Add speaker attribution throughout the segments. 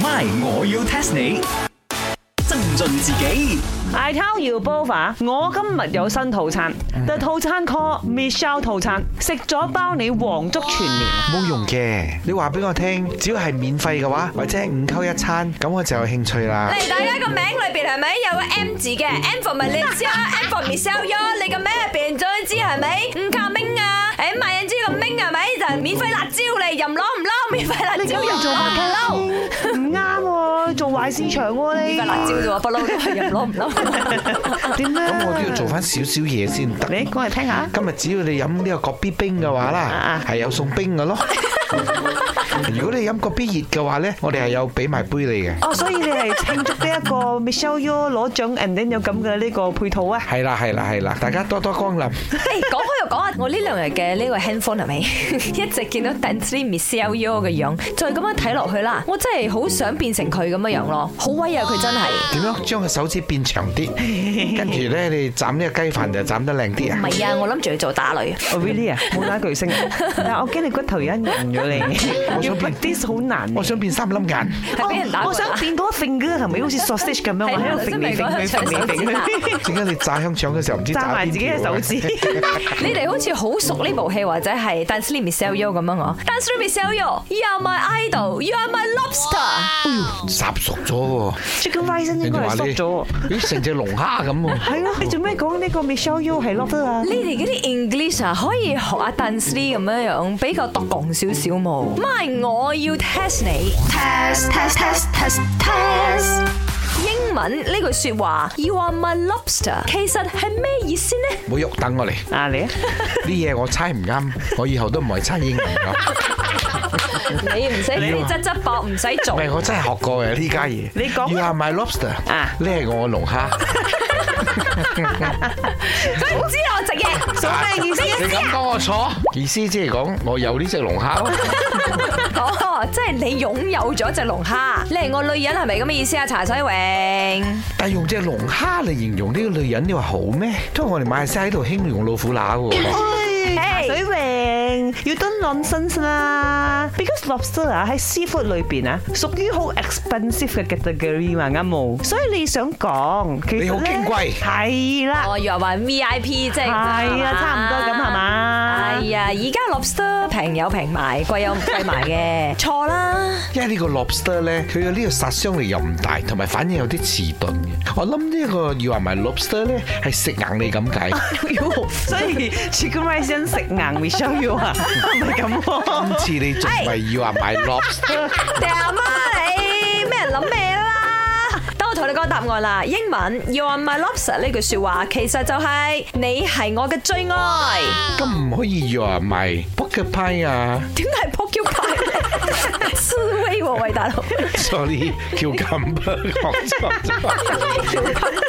Speaker 1: My，我要 test 你。增進自己
Speaker 2: I tell you, Bova，我今日有新套餐，The 套餐 call Michelle 套餐，食咗包你黃足全年。
Speaker 3: 冇用嘅，你話俾我聽，只要係免費嘅話，或者係五溝一餐，咁我就有興趣啦。
Speaker 4: 嚟大家個名裏邊係咪有個 M 字嘅？M for Malaysia，M for Michelle 呀？你個名入邊總之係咪唔靠明啊？誒萬人知個明係咪就係免費辣椒嚟？任攞唔攞？免費辣椒任攞唔攞？
Speaker 2: 唔啱喎，做壞市場喎
Speaker 4: 免費辣椒
Speaker 2: 你。
Speaker 4: 啫喎，不嬲都係任攞唔攞。
Speaker 2: 點咧？
Speaker 3: 咁我都要做翻少少嘢先得。
Speaker 2: 你講嚟聽下。
Speaker 3: 今日只要你飲呢個國必冰嘅話啦
Speaker 2: 啊，
Speaker 3: 係有送冰 嘅咯。如果你飲國必熱嘅話咧，我哋係有俾埋杯你嘅。
Speaker 2: 哦，所以你係慶祝呢一個 Michelle Yeoh 攞獎，and then 有咁嘅呢個配套啊？
Speaker 3: 係啦係啦係啦，大家多多光臨。
Speaker 4: 誒講開又講啊，我呢兩日嘅呢個 handphone 係咪一直見到 Dancing Michelle Yeoh 嘅樣，再咁樣睇落去啦，我真係好想變成佢咁嘅樣咯，好威啊佢真係。
Speaker 3: 點樣 將個手指變長啲？跟住咧，你斬呢個雞飯就斬得靚啲啊
Speaker 4: 唔！係啊，我諗住去做打女。
Speaker 2: 哦 really 啊，冇打巨 星，但係我驚你骨頭而家硬咗
Speaker 3: 我
Speaker 2: 你，
Speaker 3: 想
Speaker 2: 要
Speaker 3: 變
Speaker 2: break this 好難。
Speaker 3: 我想變三粒 眼，
Speaker 4: 係俾人打過
Speaker 2: 我想變到揈嗰個係咪好似 sausage 咁樣，
Speaker 4: 係
Speaker 2: 我喺
Speaker 4: 我
Speaker 2: 度揈
Speaker 4: 真
Speaker 2: 嚟
Speaker 4: 係
Speaker 2: 揈去，揈嚟
Speaker 4: 覺得長手
Speaker 2: 揈去，
Speaker 3: 點解你炸香腸嘅時候唔知
Speaker 2: 揸
Speaker 3: 炸
Speaker 2: 埋
Speaker 3: 邊
Speaker 2: 自己嘅
Speaker 3: 條
Speaker 2: 手
Speaker 3: 啊
Speaker 2: 指。
Speaker 4: 你哋好似好熟呢部戲或者係 Dance with Michelle Yeoh 咁樣我 Dance with Michelle Yeoh，You are my idol，You are my lobster。
Speaker 3: 烚熟 咗 喎！
Speaker 2: Chicken Rising 應
Speaker 3: 人
Speaker 2: 該
Speaker 3: 哋
Speaker 2: 係
Speaker 3: 話
Speaker 2: 縮
Speaker 3: 你
Speaker 2: 咗喎。
Speaker 3: 咦成隻龍蝦咁喎！
Speaker 2: 係咯，你做咩講呢個 Michelle y o 係 lock 得啊？
Speaker 4: 你哋嗰啲 English 啊，可以學阿 Dance with 咁樣樣，比較獨共少少冇。My，我要 test 你。
Speaker 5: test test test test test
Speaker 4: 英文呢句說話，You are my lobster，其實係咩意思呢？
Speaker 3: 冇喐等我嚟，呢
Speaker 2: 啊你啊，
Speaker 3: 嘢我猜唔啱，我以後都唔係猜英文 咯。
Speaker 4: 你唔使你執執博，唔使
Speaker 3: 唔
Speaker 4: 做。
Speaker 3: 係我真係學過嘅呢家嘢。
Speaker 2: 你講
Speaker 3: You are my lobster，
Speaker 2: 啊
Speaker 3: 你係我龍蝦。
Speaker 4: 佢唔知我直嘅。
Speaker 2: 做咩意思
Speaker 3: 啊
Speaker 2: 啊
Speaker 3: 你咁講我錯？意思即係講我有呢隻龍 蝦咯。
Speaker 4: 哦，即係你擁有咗只龍蝦，你係我女人係咪咁嘅意思啊？茶水榮。
Speaker 3: 但係用隻龍蝦嚟形容呢個女人，你話好咩？都係我哋馬來西亞喺度興用老虎乸嘅喎。
Speaker 2: 哎水榮要 don't nonsense 啦，because lobster 啊喺 seafood à, 裏邊啊，屬於好 expensive 嘅 category 嘛，啱冇？所以你想講，其實
Speaker 3: 你好
Speaker 2: 咧
Speaker 3: 矜貴
Speaker 2: 係啦。
Speaker 4: 哦我以為話 V I P 即係
Speaker 2: 係啊，差唔多咁係？嘛？
Speaker 4: 係啊，而家 lobster 平有平賣，貴有貴賣嘅。錯啦，
Speaker 3: 因為呢個 lobster 咧，佢嘅呢個殺傷力又唔大，同埋反應有啲遲鈍嘅。我諗呢個要話埋 lobster 咧，係食硬你 咁解，
Speaker 2: 妖所以 Chicken Rice 食硬 m i c h e l l 啊，唔係咁
Speaker 3: 今
Speaker 2: 喎。
Speaker 3: 次你仲咪要話埋 lobster？
Speaker 4: 掉媽你咩人諗咩啦？等我同你講答案啦。英文 You are my lobster 呢句説話，其實就係你係我嘅最愛。
Speaker 3: 咁唔可以要話埋 poker pie 啊
Speaker 4: 點解係 porcupine？思 威喎，喂大佬，
Speaker 3: ？sorry，叫咁 講錯 咗，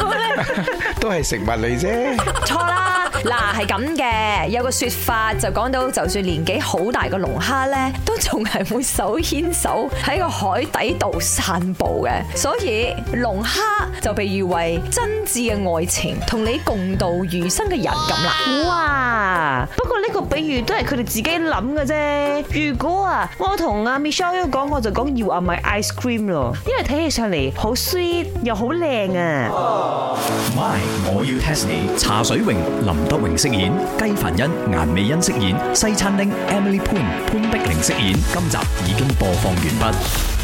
Speaker 3: 都係食物嚟啫。
Speaker 4: 錯啦。嗱，係咁嘅，有個説法就講到，就算年紀好大嘅龍蝦呢，都仲係會手牽手喺個海底度散步嘅。所以龍蝦就被譽為真摯嘅愛情，同你共度餘生嘅人咁啦。
Speaker 2: 哇！不過呢個比喻都係佢哋自己諗嘅啫。如果啊，我同阿 Michelle 講，我就講要啊買 ice cream 咯，因為睇起上嚟好 sweet 又好靚啊。
Speaker 1: My，我要 test 你。茶水榮、林德榮飾演，雞凡欣、顏美欣飾演，西餐廳 Emily Poon 潘碧玲飾演。今集已經播放完畢。